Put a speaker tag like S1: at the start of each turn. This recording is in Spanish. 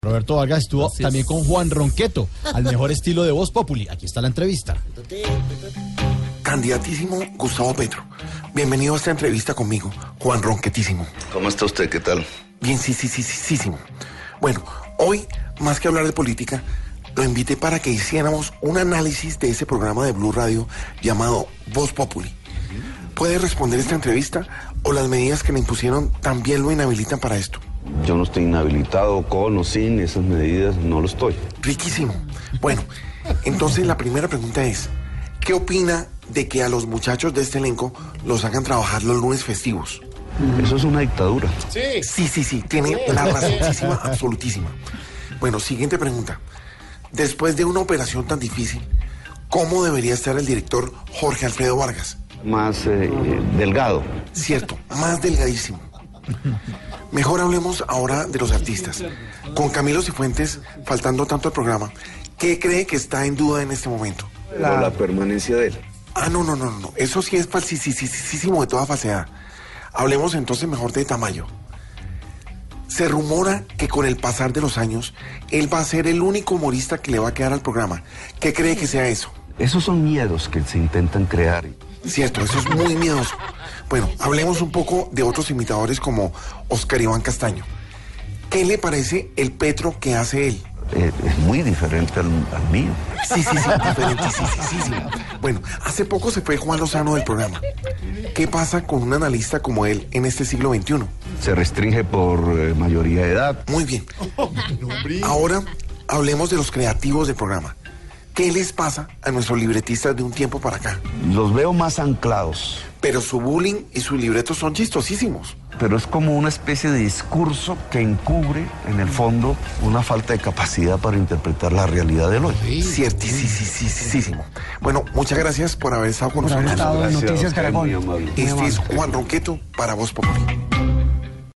S1: Roberto Vargas estuvo
S2: Así es.
S1: también con Juan Ronqueto, al mejor estilo de Voz Populi. Aquí está la entrevista.
S3: Candidatísimo Gustavo Petro, bienvenido a esta entrevista conmigo, Juan Ronquetísimo.
S4: ¿Cómo está usted? ¿Qué tal?
S3: Bien, sí, sí, sí, sí, sí, sí. Bueno, hoy, más que hablar de política, lo invité para que hiciéramos un análisis de ese programa de Blue Radio llamado Voz Populi. ¿Puede responder esta entrevista o las medidas que le impusieron también lo inhabilitan para esto?
S4: Yo no estoy inhabilitado con o sin esas medidas, no lo estoy.
S3: Riquísimo. Bueno, entonces la primera pregunta es, ¿qué opina de que a los muchachos de este elenco los hagan trabajar los lunes festivos?
S4: Eso es una dictadura.
S3: Sí, sí, sí, tiene la razoncísima absolutísima. Bueno, siguiente pregunta. Después de una operación tan difícil, ¿cómo debería estar el director Jorge Alfredo Vargas?
S4: Más eh, eh, delgado.
S3: Cierto, más delgadísimo. Mejor hablemos ahora de los artistas. Con Camilo Cifuentes, faltando tanto al programa, ¿qué cree que está en duda en este momento?
S4: La, la permanencia de él.
S3: Ah, no, no, no, no, no. Eso sí es falsísimo de toda falsedad. Hablemos entonces mejor de Tamayo. Se rumora que con el pasar de los años, él va a ser el único humorista que le va a quedar al programa. ¿Qué cree que sea eso?
S4: Esos son miedos que se intentan crear.
S3: Cierto, eso es muy miedoso. Bueno, hablemos un poco de otros imitadores como Oscar Iván Castaño. ¿Qué le parece el Petro que hace él?
S4: Eh, es muy diferente al, al mío.
S3: Sí, sí, sí, diferente, sí, sí, sí, sí. Bueno, hace poco se fue Juan Lozano del programa. ¿Qué pasa con un analista como él en este siglo XXI?
S4: Se restringe por eh, mayoría de edad.
S3: Muy bien. Ahora hablemos de los creativos del programa. ¿Qué les pasa a nuestros libretistas de un tiempo para acá?
S4: Los veo más anclados.
S3: Pero su bullying y sus libretos son chistosísimos.
S4: Pero es como una especie de discurso que encubre, en el fondo, una falta de capacidad para interpretar la realidad del hoy.
S3: Ciertísimo. Bueno, muchas gracias por haber estado con
S5: Por haber
S3: nosotros.
S5: estado en
S4: Gracias a
S5: Noticias
S4: usted, muy
S5: Caracol.
S4: amable.
S3: Este es Juan Ronqueto para Voz Popular.